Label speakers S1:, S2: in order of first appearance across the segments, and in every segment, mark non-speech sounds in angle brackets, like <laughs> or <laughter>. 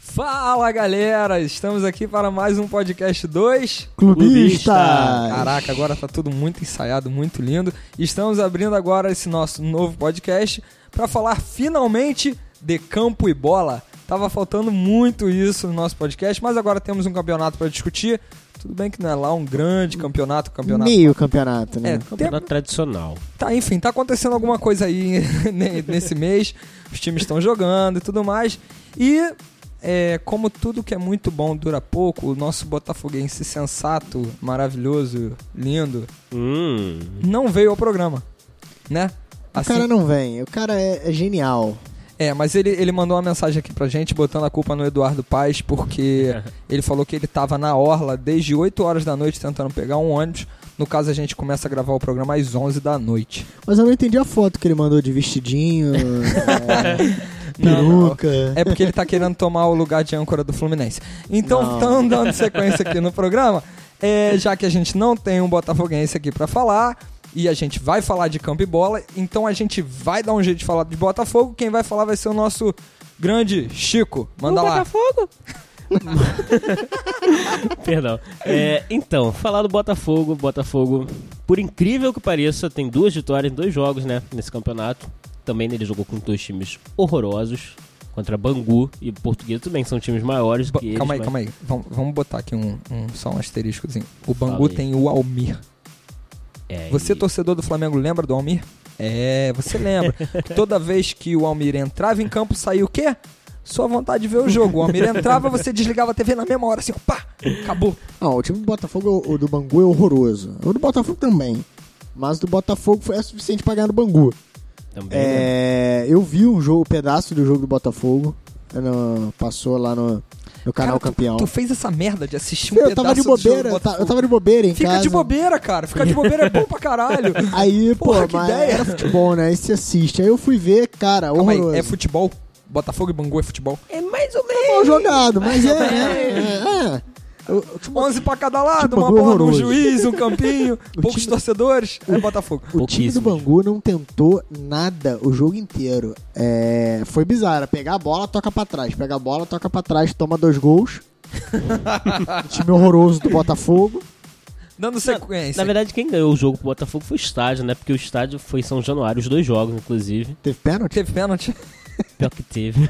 S1: Fala galera, estamos aqui para mais um podcast 2.
S2: Clubistas!
S1: Caraca, agora tá tudo muito ensaiado, muito lindo. Estamos abrindo agora esse nosso novo podcast para falar finalmente de campo e bola. Tava faltando muito isso no nosso podcast, mas agora temos um campeonato para discutir. Tudo bem que não é lá um grande campeonato, campeonato.
S2: Meio campeonato, né?
S1: É, tem-
S3: Campeonato tradicional.
S1: Tá, enfim, tá acontecendo alguma coisa aí <laughs> ne- nesse mês. Os times estão jogando e tudo mais. E é, como tudo que é muito bom dura pouco, o nosso botafoguense sensato, maravilhoso, lindo,
S3: Hum.
S1: não veio ao programa, né?
S2: O cara não vem, o cara é, é genial.
S1: É, mas ele, ele mandou uma mensagem aqui pra gente, botando a culpa no Eduardo Paes, porque ele falou que ele tava na orla desde 8 horas da noite tentando pegar um ônibus. No caso, a gente começa a gravar o programa às 11 da noite.
S2: Mas eu não entendi a foto que ele mandou de <laughs> vestidinho, é, peruca.
S1: É porque ele tá querendo tomar o lugar de âncora do Fluminense. Então,
S2: Não.
S1: estão dando sequência aqui no programa. É, já que a gente não tem um botafoguense aqui pra falar, e a gente vai falar de campo e bola, então a gente vai dar um jeito de falar de Botafogo. Quem vai falar vai ser o nosso grande Chico. Manda lá.
S3: Perdão. É, então, falar do Botafogo. Botafogo, por incrível que pareça, tem duas vitórias em dois jogos, né? Nesse campeonato. Também ele jogou com dois times horrorosos. Contra Bangu e Portuguesa também são times maiores
S1: Bo-
S3: que eles.
S1: calma aí,
S3: mas-
S1: calma aí. Vamos, vamos botar aqui um, um- só um asteriscozinho. O Bangu
S3: Fala aí.
S1: tem o Almir.
S3: É,
S1: Você,
S3: e-
S1: torcedor do Flamengo, lembra do Almir? É, você lembra. Toda vez que o Almir entrava em campo, saiu o quê? Sua vontade de ver o jogo. O Almir entrava, você desligava a TV na mesma hora, assim, ó, pá, acabou.
S2: Não, o time do Botafogo, o do Bangu é horroroso. O do Botafogo também. Mas o do Botafogo foi é suficiente pra ganhar do Bangu.
S3: Também, né?
S2: É, eu vi um jogo, um pedaço do jogo do Botafogo. no- passou lá no, no
S1: Cara,
S2: canal
S1: tu-
S2: campeão.
S1: Tu, fez essa merda de assistir um
S2: eu
S1: pedaço
S2: tava de bobeira, tá,
S1: do jogo,
S2: eu ta- eu
S1: Botafogo.
S2: tava de bobeira em
S1: Fica
S2: casa. É
S1: de bobeira, cara. Ficar de bobeira é bom pra
S2: <laughs>
S1: caralho.
S2: Aí,
S1: Porra,
S2: pô,
S1: que
S2: mas
S1: ideia.
S2: era futebol, né? Aí você assiste. Aí eu fui ver, cara,
S1: Calma
S2: horroroso.
S1: aí, é futebol? Botafogo e Bangu é futebol?
S2: Mal jogado, mas é, é, é, é. O, o time-
S1: 11 pra cada lado,
S2: Tipo,
S1: uma
S2: Bangu
S1: bola num
S2: horroroso.
S1: juiz, um
S2: <laughs>
S1: campinho, poucos
S2: time-
S1: torcedores. É Botafogo.
S2: o time do
S3: Pouquíssimos.
S2: Bangu não tentou nada o jogo inteiro. É, foi bizarro. era Pegar a bola, toca pra trás. Pegar a bola, toca pra trás. Toma
S1: <laughs>
S2: dois gols. O time horroroso do Botafogo.
S1: Dando sequência.
S3: Na verdade, quem ganhou o jogo pro Botafogo foi o estádio, né? Porque o estádio foi em São Januário, os dois jogos, inclusive.
S2: Teve pênalti?
S1: Teve pênalti.
S3: Pior que teve.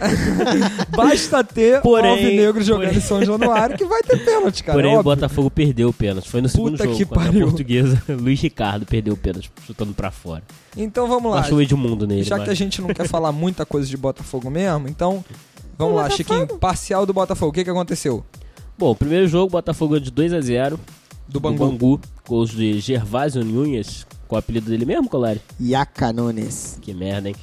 S1: Basta ter
S3: <laughs> Porém-
S1: um alvinegro jogando
S3: porém-
S1: em São Januário que vai ter pênalti, cara.
S3: Porém,
S1: é
S3: o
S1: óbvio.
S3: Botafogo perdeu o pênalti. Foi no segundo
S1: Puta
S3: jogo
S1: que
S3: contra
S1: pariu.
S3: a portuguesa. <laughs> Luiz Ricardo perdeu o pênalti, chutando pra fora.
S1: Então vamos lá.
S3: Achou o Edmundo nele.
S1: Já
S3: vai.
S1: que a gente não quer falar muita coisa de Botafogo mesmo, então vamos lá, Chiquinho. Parcial do Botafogo. O que, que aconteceu?
S3: Bom, o primeiro jogo, o Botafogo ganhou de 2x0.
S1: Do Bangu.
S3: Gols de Gervásio Nunes, com o apelido dele mesmo, Colari?
S2: Yacanones.
S3: Que merda, hein?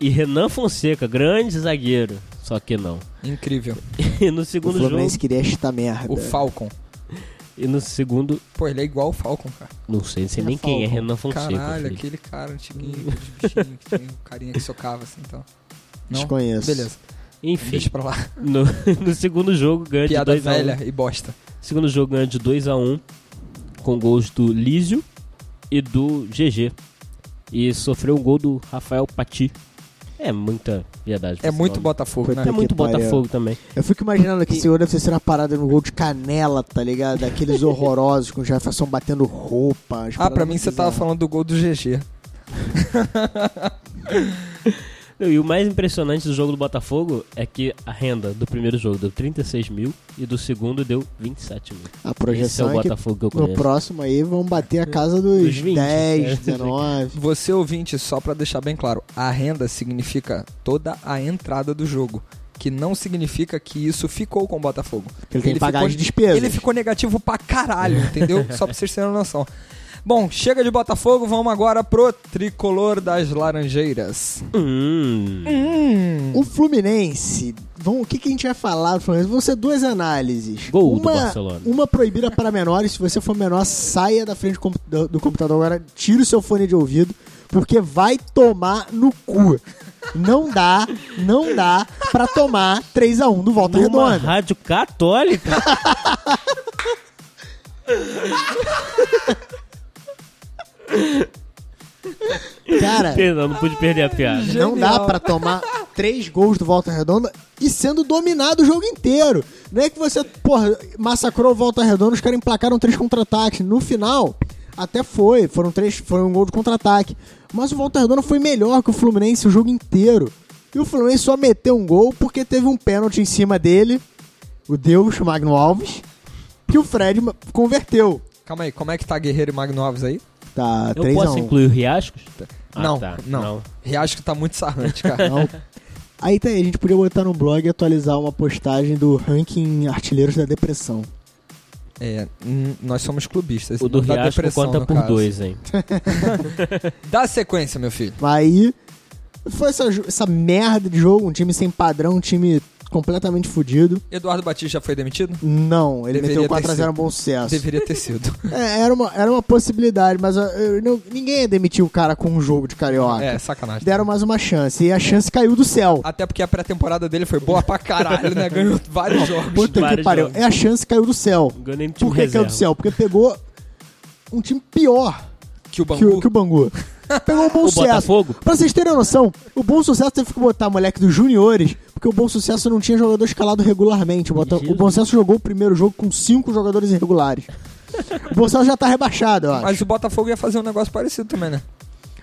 S3: E Renan Fonseca, grande zagueiro. Só que não. <laughs>
S1: Incrível.
S3: E no
S2: O
S3: segundo jogo.
S2: Fluminense queria chutar merda.
S1: O Falcon.
S3: E no segundo.
S1: Pô, ele é igual o Falcon, cara.
S3: Não sei, não sei
S2: É
S3: nem quem é
S2: Falcon.
S3: Renan Fonseca.
S1: Caralho,
S3: filho.
S1: aquele cara antiguinho, aquele bichinho que tinha um carinha que socava assim, então. Não?
S2: Desconheço.
S1: Beleza, <laughs>
S3: Enfim,
S1: deixa pra lá.
S3: no, <laughs> no segundo jogo ganha de
S1: Piada
S3: 2x1.
S1: velha e bosta.
S3: Segundo jogo ganha de 2x1 com gols do Lísio e do GG. E sofreu um gol do Rafael Pati. É muita verdade. pra
S1: É
S3: esse
S1: muito
S3: nome.
S1: Botafogo, né?
S3: É muito
S2: Que pariu.
S3: Botafogo também.
S2: Eu fico imaginando que esse senhor deve ser uma parada no gol de canela, tá
S1: <laughs>
S2: ligado? Daqueles horrorosos com o Jefferson batendo roupa. as
S1: Ah, pra
S2: paradas
S1: mim você
S2: bizarras.
S1: tava falando do gol do GG.
S3: E o mais impressionante do jogo do Botafogo é que a renda do primeiro jogo deu 36 mil e do segundo deu 27 mil.
S2: A
S3: Esse é
S2: projeção
S3: o
S2: é que
S3: Botafogo que eu
S2: No
S3: conheço. É.
S2: próximo aí vão bater a casa dos,
S3: Dos 20,
S2: 10,
S3: é.
S2: 19.
S1: Você ouvinte, só pra deixar bem claro, a renda significa toda a entrada do jogo, que não significa que isso ficou com o Botafogo.
S2: Que ele tem que pagar
S1: ficou,
S2: as despesas.
S1: Ele ficou negativo pra caralho,
S2: <laughs>
S1: entendeu? só pra vocês terem noção. Bom, chega de Botafogo, vamos agora pro tricolor das Laranjeiras.
S3: Hum.
S1: Hum,
S2: O Fluminense, vão, o que, que a gente vai falar do Fluminense? Vão ser duas análises.
S3: Gol do
S2: uma,
S3: Barcelona.
S2: Uma proibida para menores. Se você for menor, saia da frente do compu- do, do computador agora, tira o seu fone de ouvido, porque vai tomar no cu. Não dá, não dá pra tomar 3x1 do
S1: tá
S2: Volta
S3: Numa
S2: Redonda.
S3: rádio
S1: <laughs>
S3: católica?
S2: Cara,
S3: Perdão, não pude perder a piada.
S2: não
S1: Genial.
S3: <laughs>
S2: dá pra tomar três gols do Volta Redonda e sendo dominado o jogo inteiro. Não é que você, porra, massacrou o Volta Redonda, os caras emplacaram três contra-ataques. No final, até foi, foram três, foi um gol de contra-ataque. Mas o Volta Redonda foi melhor que o Fluminense o jogo inteiro. E o Fluminense só meteu um gol porque teve um pênalti em cima dele, o Deus, o Magno Alves, que o Fred ma- converteu.
S1: Calma aí, como é que tá Guerreiro e Magno Alves aí?
S2: Tá,
S3: Eu
S2: 3 a
S3: posso
S2: 1.
S3: incluir o Riascos?
S1: um.
S3: Ah, tá.
S1: não, não, Riacho que tá muito sarrante,
S2: <laughs>
S1: cara.
S2: Não. Aí tá aí, a gente podia botar no blog e atualizar uma postagem do ranking Artilheiros da Depressão.
S1: É, hum, nós somos clubistas.
S3: O do
S1: não dá
S3: Riasco
S1: depressão,
S3: conta
S1: no
S3: por
S1: caso.
S3: dois, hein?
S1: Dá sequência, meu filho.
S2: Aí foi essa, jo- essa merda de jogo, um time sem padrão, um time completamente fudido.
S1: Eduardo Batista já foi demitido?
S2: Não, ele
S1: Deveria ter
S2: meteu 4x0
S1: sido.
S2: bom sucesso.
S1: Deveria ter sido.
S2: <laughs> É, era, uma, era uma possibilidade, mas ó, eu não- ninguém ia demitir o cara com um jogo de carioca.
S1: é, Ah, sacanagem.
S2: Deram mais uma chance, e a chance caiu do céu.
S1: Até porque a pré-temporada dele foi boa pra caralho, né? Ganhou vários jogos.
S2: Puta que
S3: vários
S2: pariu,
S3: jogos.
S2: é a chance caiu do céu.
S3: Ganhou nem time
S2: Por que caiu
S3: um reserva.
S2: do céu? Porque pegou um time pior
S1: Que o Bangu.
S2: que, o- que o Bangu.
S3: <laughs>
S2: Pegou o bom
S3: O
S2: sucesso.
S3: Botafogo?
S2: Pra vocês terem noção, o bom sucesso teve que botar moleque dos juniores, porque o bom sucesso não tinha jogador escalado regularmente. O, Bota-
S3: Jesus.
S2: o bom sucesso jogou o primeiro jogo com cinco jogadores irregulares. O bom sucesso já tá rebaixado, ó.
S1: Mas o Botafogo ia fazer um negócio parecido também, né?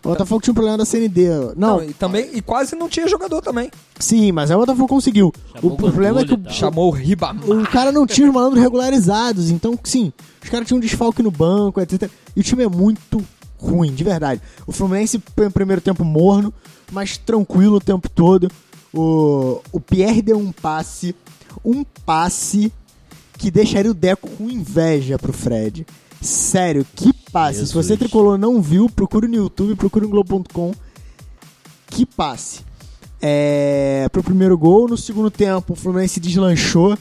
S2: O Botafogo tinha um problema da CND. ó. Não,
S1: e também e quase não tinha jogador também.
S2: sim, mas aí o Botafogo conseguiu.
S3: Chamou
S2: o problema é que
S3: Gandolfo
S2: o,
S3: e tal.
S1: Chamou o Ribamar.
S2: o cara não tinha os malandros regularizados. Então, sim, os caras tinham um desfalque no banco, etc. E o time é muito ruim, de verdade. O Fluminense foi um primeiro tempo morno, mas tranquilo o tempo todo. O, o Pierre deu um passe, um passe que deixaria o Deco com inveja pro Fred. Sério, que passe. Se você
S3: Jesus.
S2: tricolor não viu, procure no YouTube, procure no Globo.com. Que passe. É, pro primeiro gol, no segundo tempo, o Fluminense deslanchou.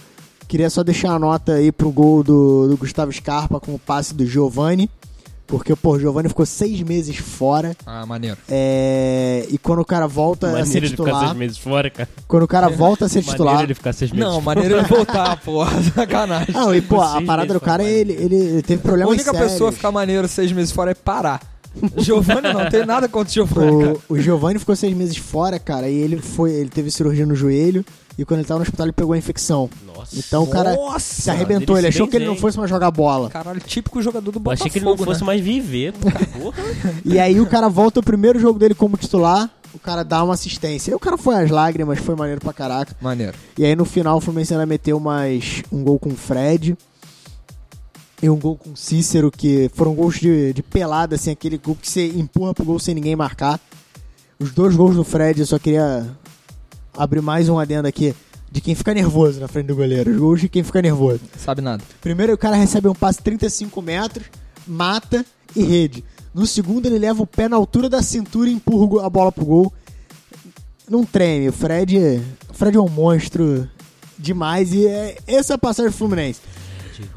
S2: Queria só deixar a nota aí pro gol do, do Gustavo Scarpa com o passe do Giovani. Porque, pô, o Giovani ficou seis meses fora.
S1: Ah, maneiro.
S2: é, e quando o cara volta a ser
S3: Maneiro ele ficar
S2: titular.
S3: seis meses fora, cara.
S2: Quando o cara volta a ser
S3: <laughs> Maneiro
S2: titular.
S3: ele ficar seis meses
S1: Não,
S3: fora.
S1: maneiro é voltar, pô. Sacanagem.
S2: Ah, e pô, a
S3: Seis
S2: parada do
S3: meses,
S2: cara,
S3: rapaz.
S2: ele, ele, ele é um teve
S1: A
S2: problemas
S1: única
S2: sérios.
S1: pessoa a ficar maneiro seis meses fora é parar. Giovanni não tem nada contra o Giovanni, cara.
S2: O, o Giovanni ficou seis meses fora, cara, e ele foi, ele teve cirurgia no joelho e quando ele tava no hospital ele pegou a infecção.
S3: Nossa.
S2: Então o cara
S1: Nossa!
S2: se arrebentou, ele
S3: Ele se
S2: achou que ele
S3: benzeu,
S2: não
S3: hein?
S2: fosse mais jogar bola.
S1: Caralho, típico jogador do
S3: Eu
S1: Botafogo,
S3: achei que ele não fosse
S1: né?
S3: mais <laughs> viver, porra.
S2: E aí o cara volta o primeiro jogo dele como titular, o cara dá uma assistência. E o cara foi às lágrimas, foi maneiro pra caraca.
S1: Maneiro.
S2: E aí no final o Fluminense ainda meteu mais um gol com o Fred. E um gol com o Cícero, que foram gols de, de pelada, assim, aquele gol que você empurra pro gol sem ninguém marcar. Os dois gols do Fred, eu só queria abrir mais um adendo aqui. De quem fica nervoso na frente do goleiro. Os gols de quem fica nervoso.
S1: Sabe nada.
S2: Primeiro o cara recebe um passe 35 metros, mata e rede. No segundo ele leva o pé na altura da cintura e empurra o go- a bola pro gol. Não treme, o Fred, o Fred é um monstro demais e é essa é a passagem do Fluminense.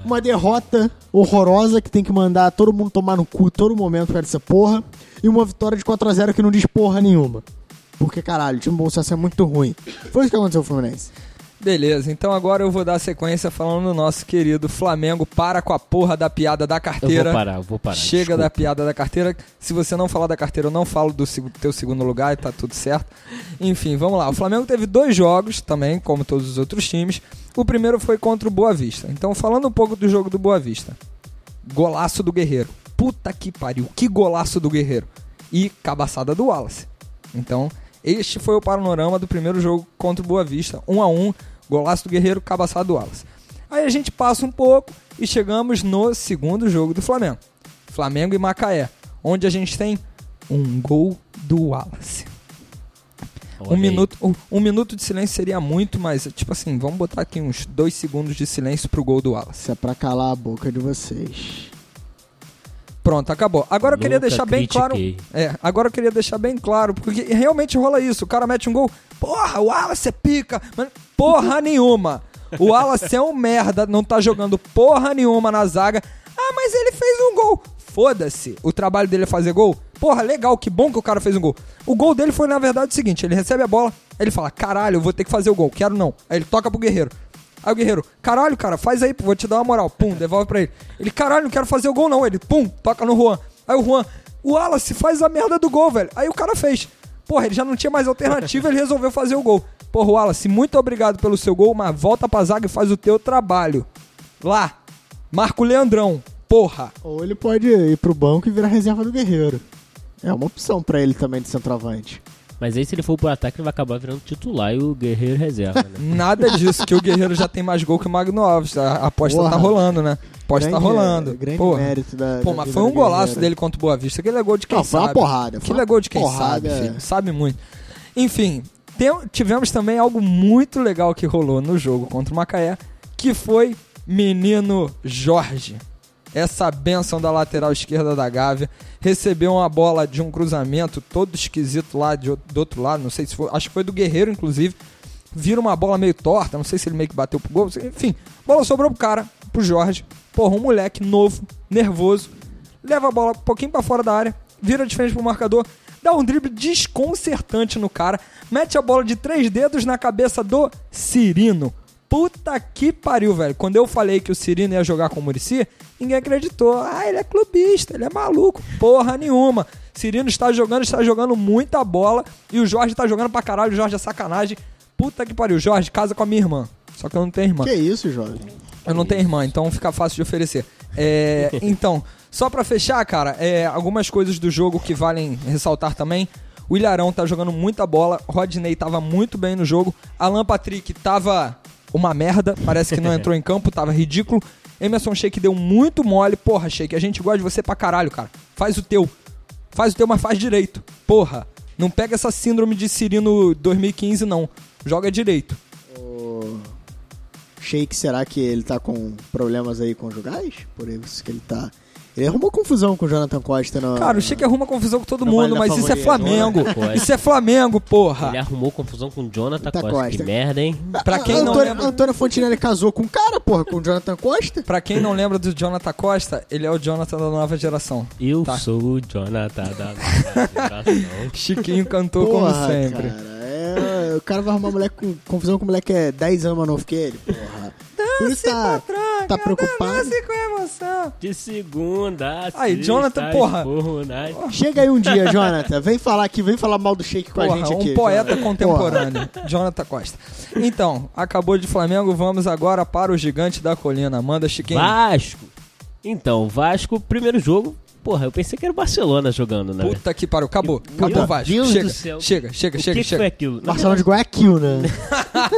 S2: Uma derrota horrorosa que tem que mandar todo mundo tomar no cu todo momento por causa dessa porra. E uma vitória de 4x0 que não diz porra nenhuma. Porque, caralho, o time do Bolsonaro é muito ruim. Foi isso que aconteceu com o Fluminense.
S1: Beleza, então agora eu vou dar sequência falando do nosso querido Flamengo. Para com a porra da piada da
S3: Eu
S1: carteira.
S3: vou parar, eu vou parar.
S1: Chega
S3: desculpa.
S1: da piada da carteira. Se você não falar da carteira, eu não falo do seg- teu segundo lugar e tá tudo certo. Enfim, vamos lá. O Flamengo teve dois jogos também, como todos os outros times. O primeiro foi contra o Boa Vista. Então, falando um pouco do jogo do Boa Vista. Golaço do Guerreiro. Puta que pariu, que golaço do Guerreiro. E cabaçada do Wallace. Então, este foi o panorama do primeiro jogo contra o Boa Vista. 1 a 1 golaço do Guerreiro, cabaçada do Wallace. Aí a gente passa um pouco e chegamos no segundo jogo do Flamengo. Flamengo e Macaé, onde a gente tem um gol do Wallace.
S3: Olha
S1: Um
S3: aí.
S1: minuto, um, um minuto de silêncio seria muito, mas tipo assim, vamos botar aqui uns dois segundos de silêncio pro gol do Wallace.
S2: Isso é pra calar a boca de vocês.
S1: Pronto, acabou. Agora eu queria
S3: Nunca
S1: deixar bem claro.
S3: critiquei.
S1: É, agora eu queria deixar bem claro, porque realmente rola isso. O cara mete um gol, porra, o Wallace é pica, mas porra <laughs> nenhuma. O Wallace é um merda, não tá jogando porra nenhuma na zaga. Ah, mas ele fez um gol. Foda-se. O trabalho dele é fazer gol? Porra, legal, que bom que o cara fez um gol. O gol dele foi, na verdade, o seguinte: ele recebe a bola, ele fala, caralho, eu vou ter que fazer o gol, quero não. Aí ele toca pro Guerreiro. Aí o guerreiro, caralho, cara, faz aí, pô, vou te dar uma moral. Pum, devolve pra ele. Ele, caralho, não quero fazer o gol, não. Ele, pum, toca no Juan. Aí o Juan, o Wallace faz a merda do gol, velho. Aí o cara fez. Porra, ele já não tinha mais alternativa, ele resolveu fazer o gol. Porra, Wallace, muito obrigado pelo seu gol, mas volta pra zaga e faz o teu trabalho. Lá, Marco Leandrão. Porra.
S2: Ou ele pode ir pro banco e virar reserva do Guerreiro. É uma opção pra ele também de centroavante.
S3: Mas aí, se ele for pro ataque, ele vai acabar virando titular e o Guerreiro
S1: <laughs>
S3: reserva, né?
S1: Nada disso, que o Guerreiro já tem mais gol que o Magno Alves. A a aposta
S2: Porra.
S1: tá rolando, né? A aposta tá
S2: Grande-
S1: rolando.
S2: Grande
S1: Porra.
S2: mérito da.
S1: Pô,
S2: da
S1: mas
S2: vida
S1: foi um
S2: do
S1: golaço
S2: Guerreiro.
S1: dele contra o Boa Vista. Aquele é gol de quem
S2: Não, foi uma
S1: sabe.
S2: porrada, foi
S1: Aquele
S2: uma
S1: é gol de quem sabe,
S2: porrada.
S1: filho. Sabe muito. Enfim, tem- tivemos também algo muito legal que rolou no jogo contra o Macaé, que foi menino Jorge. Essa benção da lateral esquerda da Gávea. Recebeu uma bola de um cruzamento todo esquisito lá de, outro- do outro lado. Não sei se foi. Acho que foi do Guerreiro, inclusive. Vira uma bola meio torta. Não sei se ele meio que bateu pro gol. Enfim, bola sobrou pro cara, pro Jorge. Porra, um moleque novo, nervoso leva a bola um pouquinho pra fora da área, vira de frente pro marcador, dá um drible desconcertante no cara, mete a bola de três dedos na cabeça do Cirino. Puta que pariu, velho. Quando eu falei que o Cirino ia jogar com o Murici, ninguém acreditou. Ah, ele é clubista, ele é maluco. Porra nenhuma. Cirino está jogando, está jogando muita bola. E o Jorge tá jogando pra caralho. O Jorge é sacanagem. Puta que pariu. Jorge, casa com a minha irmã. Só que eu não tenho irmã.
S2: Que isso, Jorge?
S1: Eu não tenho irmã, então fica fácil de oferecer. É, então, só pra fechar, cara, é, algumas coisas do jogo que valem ressaltar também. O Ilharão tá jogando muita bola, Rodney tava muito bem no jogo, Alan Patrick tava uma merda, parece que não entrou em campo, tava ridículo. Emerson Sheik deu muito mole, porra, Sheik, a gente gosta de você pra caralho, cara. Faz o teu. Faz o teu, mas faz direito. Porra, não pega essa síndrome de Cirino 2015, não. Joga direito.
S2: O Shake, será que ele tá com problemas aí conjugais? Por isso que ele tá. Ele arrumou confusão com o Jonathan Costa na.
S1: Cara, o Chico arruma confusão com todo
S2: Não
S1: mundo,
S2: vale
S1: mas
S2: dar
S1: isso é
S2: favoritismo,
S1: Flamengo.
S3: né? Pode.
S1: Isso é Flamengo,
S3: Ele é-
S1: porra.
S3: arrumou confusão com o Jonathan
S2: Tá
S3: Costa. Ah.
S2: Costa.
S3: Que merda, hein?
S1: Pra quem não
S2: Ah, Antônio,
S1: lembra-
S2: Antônio Fontinelli casou com um cara, porra, com o Jonathan Costa?
S1: Pra quem não lembra do Jonathan Costa, ele é o Jonathan da nova geração.
S3: Eu
S1: Tá.
S3: sou o Jonathan da <laughs> nova geração.
S1: Chiquinho cantou como sempre.
S2: Cara, é, o cara vai arrumar moleque com, confusão com o moleque que é 10 anos mais novo que ele, porra. Por isso tá, tá preocupado.
S1: com emoção.
S3: De segunda a
S1: Aí, Jonathan,
S3: sexta,
S1: porra.
S3: esporro na-
S2: Chega aí um dia, Jonathan. Vem falar aqui, vem falar mal do Shake com a
S1: Porra,
S2: gente
S1: um
S2: aqui.
S1: poeta
S2: Jonathan.
S1: contemporâneo, Jonathan Costa. Então, acabou de Flamengo, vamos agora para o gigante da colina. Manda Chiquinho.
S3: Vasco. Então, Vasco, primeiro jogo. Porra, eu pensei que era o Barcelona jogando, né?
S1: Puta que pariu, acabou. Acabou
S3: Meu
S1: o Vasco.
S3: Deus
S1: chega,
S3: do céu.
S1: chega, chega,
S3: o
S1: chega,
S3: que, que foi
S1: chega.
S3: aquilo? Na
S2: Barcelona de Goiás é kill, <laughs> né?
S1: <laughs>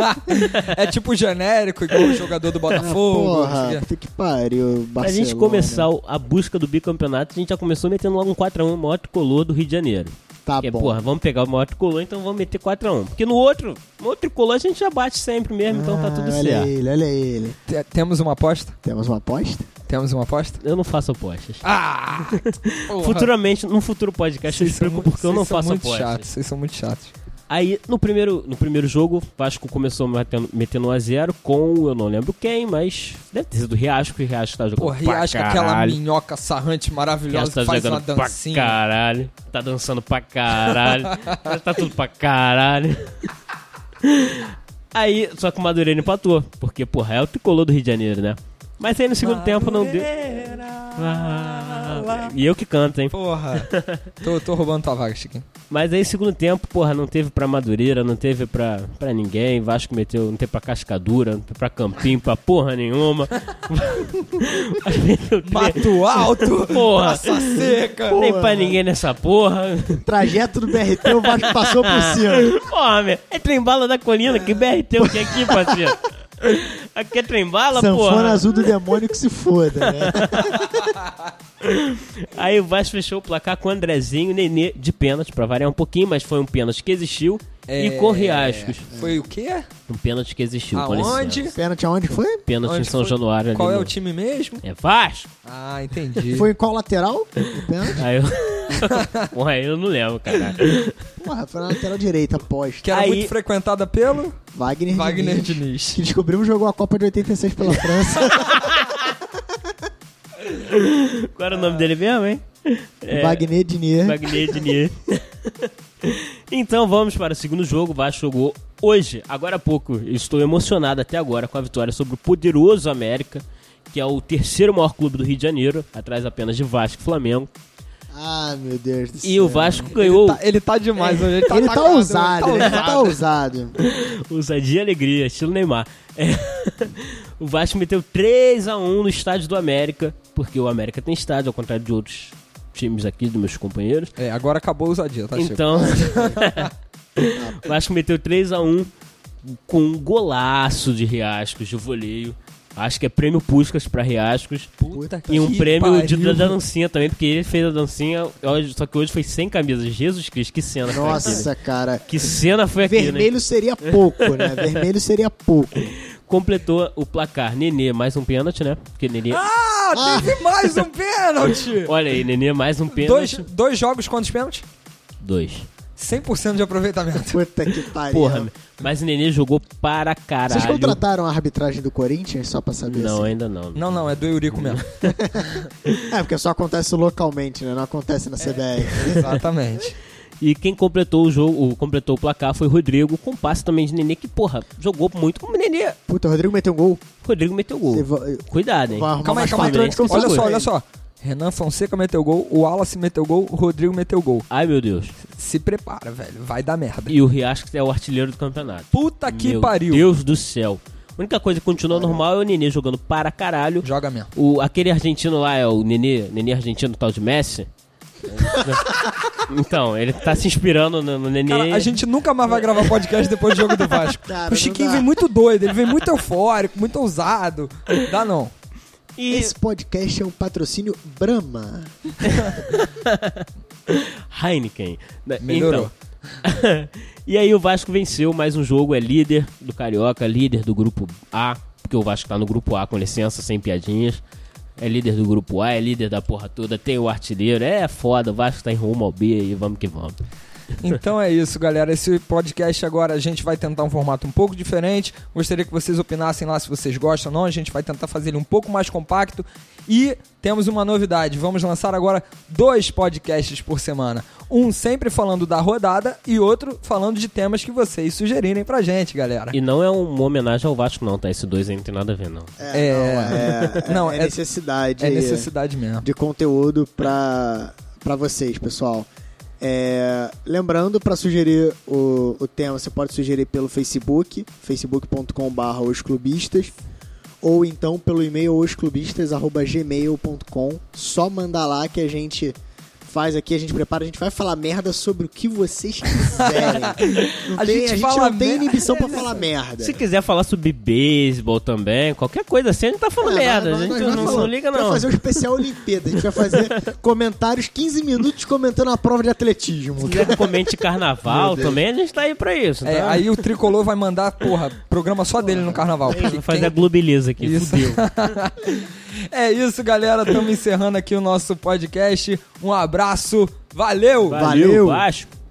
S1: É tipo genérico, igual o jogador do Botafogo. não sei
S2: Ah, Porra,
S1: o quê.
S2: puta que pariu,
S3: Pra
S2: Barcelona.
S3: gente começar o- a busca do bicampeonato, a gente já começou metendo logo um 4x1 o maior tricolor do Rio de Janeiro.
S2: Tá
S3: que é,
S2: bom.
S3: porra, vamos pegar o maior tricolor, então vamos meter 4x1. Porque no outro, no outro tricolor a gente já bate sempre mesmo, então tá
S2: Ah,
S3: tudo
S2: olha
S3: certo.
S2: ele, olha ele.
S1: Te- Temos uma aposta?
S2: Temos uma aposta?
S1: Temos uma aposta?
S3: Eu não faço apostas.
S1: <laughs> Ah!
S3: Futuramente, num futuro podcast, eu explico porque eu não faço
S1: muito
S3: apostas.
S1: chatos, vocês são muito chatos.
S3: Aí, no primeiro, no primeiro jogo, o Vasco começou metendo, metendo 1x0 com, eu não lembro quem, mas deve ter sido o Riasco, e o Riasco tá jogando
S1: Porra, e
S3: pra
S1: acho que aquela
S3: caralho.
S1: minhoca sarrante
S3: Ela
S1: maravilhosa
S3: tá
S1: que faz uma
S3: jogando pra
S1: dancinha.
S3: caralho. Tá dançando pra caralho. Ela tá tudo pra caralho. Aí, só que o Madureira empatou. Porque, porra, é o tricolor do Rio de Janeiro, né? Mas aí no segundo tempo não deu. Ah, E eu que canto, hein? <laughs>
S1: Porra. tô, tô roubando tua vaga, Chiquinho.
S3: Mas aí segundo tempo, porra, não teve pra Madureira, não teve pra, pra ninguém. Vasco meteu, não teve pra Cascadura, não teve pra Campinho, pra
S2: <laughs>
S3: porra nenhuma. Mas meteu três.
S1: Mato alto,
S3: <laughs> Porra.
S1: praça seca.
S3: Nem
S2: Porra,
S3: pra
S2: mano.
S3: ninguém nessa porra.
S2: Trajeto do BRT, o Vasco <laughs> passou por cima.
S3: Porra, meu, é trembala da colina, que BRT o que é aqui, parceiro? Aqui é trembala,
S2: Sanfona
S3: porra.
S2: azul do demônio que se foda, né?
S3: Aí o Vasco fechou o placar com o Andrezinho e Nenê de pênalti, pra variar um pouquinho, mas foi um pênalti que existiu. E com Riascos.
S1: É, Foi o quê?
S3: Um pênalti que existiu, com
S1: Aonde?
S2: <laughs>
S3: licença.
S2: Pênalti aonde que foi?
S3: Pênalti em
S1: Onde
S3: São
S1: foi?
S3: Januário ali.
S1: Qual é
S3: no-
S1: o time mesmo?
S3: É Vasco?
S1: Ah,
S3: <laughs>
S1: entendi.
S2: Foi em qual lateral? O Pênalti?
S3: Aí eu... Porra, aí eu <laughs> não lembro, cara.
S2: Porra, foi na lateral direita, aposta.
S1: Que era
S3: Aí-
S1: muito frequentada pelo
S2: Wagner,
S1: Wagner
S2: Diniz,
S1: Diniz.
S2: Que descobrimos jogou a Copa de 86 pela <laughs> França.
S3: Qual era o nome dele mesmo, hein? É,
S2: Wagner Diniz.
S3: Wagner Diniz. <laughs> então vamos para o segundo jogo. O Vasco jogou hoje, agora há pouco. Eu Estou emocionado até agora com a vitória sobre o poderoso América, que é o terceiro maior clube do Rio de Janeiro, atrás apenas de Vasco e Flamengo.
S2: Ah, meu Deus do céu.
S3: E o Vasco ganhou É.
S1: Tá- ele tá demais hoje. Ele tá,
S2: Ele tá
S1: atacado,
S2: ousado,
S1: ele
S3: né?
S2: ele
S1: tá
S2: tá ousado.
S3: Ousadia e alegria, estilo Neymar. É. O Vasco meteu 3x1 no estádio do América, porque o América tem estádio, ao contrário de outros times aqui, dos meus companheiros.
S1: É, agora acabou a ousadia, tá, Chico?
S3: Então, <laughs> o Vasco meteu 3x1 com um golaço de Riascos, de voleio. Acho que é prêmio Puscas pra Riascos.
S1: Puta
S3: E um
S1: que
S3: prêmio de, da
S1: pariu.
S3: dancinha também, porque ele fez a dancinha, hoje- só que hoje foi sem camisa. Jesus Cristo, que cena foi aquilo.
S2: Nossa, cara.
S3: Que cena foi aquilo, hein?
S2: Vermelho seria pouco, né? Vermelho seria pouco.
S3: completou o placar. Nenê, mais um pênalti, né? Porque Nenê.
S1: Ah, teve mais um pênalti!
S3: Olha aí, Nenê, mais um
S1: dois,
S3: <laughs> pênalti.
S1: dois jogos, quantos pênaltis?
S3: Dois.
S1: 100% de aproveitamento.
S2: Puta que pariu.
S3: Porra, mas o Nenê jogou para caralho.
S2: Vocês contrataram a arbitragem do Corinthians só pra saber?
S3: Não,
S2: assim?
S3: ainda não.
S1: Não, não, é do Eurico mesmo.
S2: <laughs> É, porque só acontece localmente, né? Não acontece
S3: É.
S2: na CBR.
S1: Exatamente.
S3: E quem completou o jogo, o- completou o placar foi o Rodrigo, com passe também de Nenê, que, porra, jogou muito como Nenê.
S2: Puta, o Rodrigo meteu um gol.
S3: Rodrigo meteu gol.
S2: Você va-
S3: Cuidado, hein?
S2: vai arrumar
S1: calma aí,
S2: mais
S1: calma aí.
S2: quatro anos que eu
S1: Olha
S2: sou
S1: só,
S2: com
S1: olha
S2: ele.
S1: só. Renan Fonseca meteu gol, o Wallace meteu gol, o Rodrigo meteu gol.
S3: Ai, meu Deus.
S1: Se prepara, velho. Vai dar merda.
S3: E o Riasco é o artilheiro do campeonato.
S1: Puta que
S3: meu
S1: pariu.
S3: Deus do céu. A única coisa que continua normal é o Nenê jogando para caralho.
S1: Joga mesmo.
S3: O, aquele argentino lá é o Nenê, Nenê argentino tal
S1: <laughs>
S3: de Messi. então, ele tá se inspirando no, no Nenê.
S1: Cara, a gente nunca mais vai gravar podcast depois do jogo
S2: <laughs>
S1: do Vasco.
S2: Cara,
S1: o
S2: não
S1: Chiquinho
S2: dá.
S1: vem muito doido, ele vem muito eufórico, muito ousado. Dá não.
S3: E
S2: Esse podcast é um patrocínio Brahma.
S3: Heineken. né?
S1: Melhorou.
S3: Então. <laughs> e aí o Vasco venceu mais um jogo, é líder do Carioca, líder do grupo A, porque o Vasco tá no grupo A, com licença, sem piadinhas. É líder do grupo A, é líder da porra toda, tem o artilheiro, é foda, o Vasco tá em rumo ao B e vamos que vamos.
S1: Então é isso, galera. Esse podcast agora a gente vai tentar um formato um pouco diferente. Gostaria que vocês opinassem lá se vocês gostam ou não. A gente vai tentar fazer ele um pouco mais compacto. E temos uma novidade: vamos lançar agora dois podcasts por semana. Um sempre falando da rodada e outro falando de temas que vocês sugerirem pra gente, galera.
S3: E não é uma homenagem ao Vasco não, tá? Esse dois aí não tem nada a ver não.
S1: É.
S2: não, <laughs> é,
S1: Não,
S2: é
S1: é-
S2: necessidade.
S1: É necessidade mesmo.
S2: de conteúdo pra, pra vocês, pessoal. É, lembrando, pra sugerir o, o tema, você pode sugerir pelo Facebook, facebook.com.br osclubistas, ou então pelo e-mail osclubistas.gmail.com. Só mandar lá que a gente faz aqui, a gente prepara, a gente vai falar merda sobre o que vocês quiserem.
S1: <laughs>
S2: Não
S1: A
S2: tem-
S1: gente
S2: a gente
S1: fala
S2: não tem
S1: merda.
S2: inibição
S1: <laughs>
S2: pra falar merda.
S3: Se quiser falar sobre beisebol também, qualquer coisa assim, a gente tá
S2: É,
S3: falando
S2: nós-
S3: merda,
S2: nós-
S3: a gente
S2: nós vamos
S3: não, não
S2: falar.
S3: liga
S2: Vai
S3: não.
S2: fazer um especial Olimpíada. A gente vai fazer <laughs> comentários 15 minutos comentando a prova de atletismo.
S3: Se quiser que comente carnaval
S2: Meu Deus.
S3: também, a gente tá aí pra isso.
S1: É,
S3: tá?
S1: aí o Tricolor vai mandar, porra, programa só dele no carnaval. Porque
S3: Vou fazer
S1: quem-
S3: a globeleza aqui,
S1: Isso.
S3: fudeu.
S1: <laughs> é isso, galera. Estamos encerrando aqui o nosso podcast. Um abraço. Valeu!
S2: Valeu.
S3: Vasco.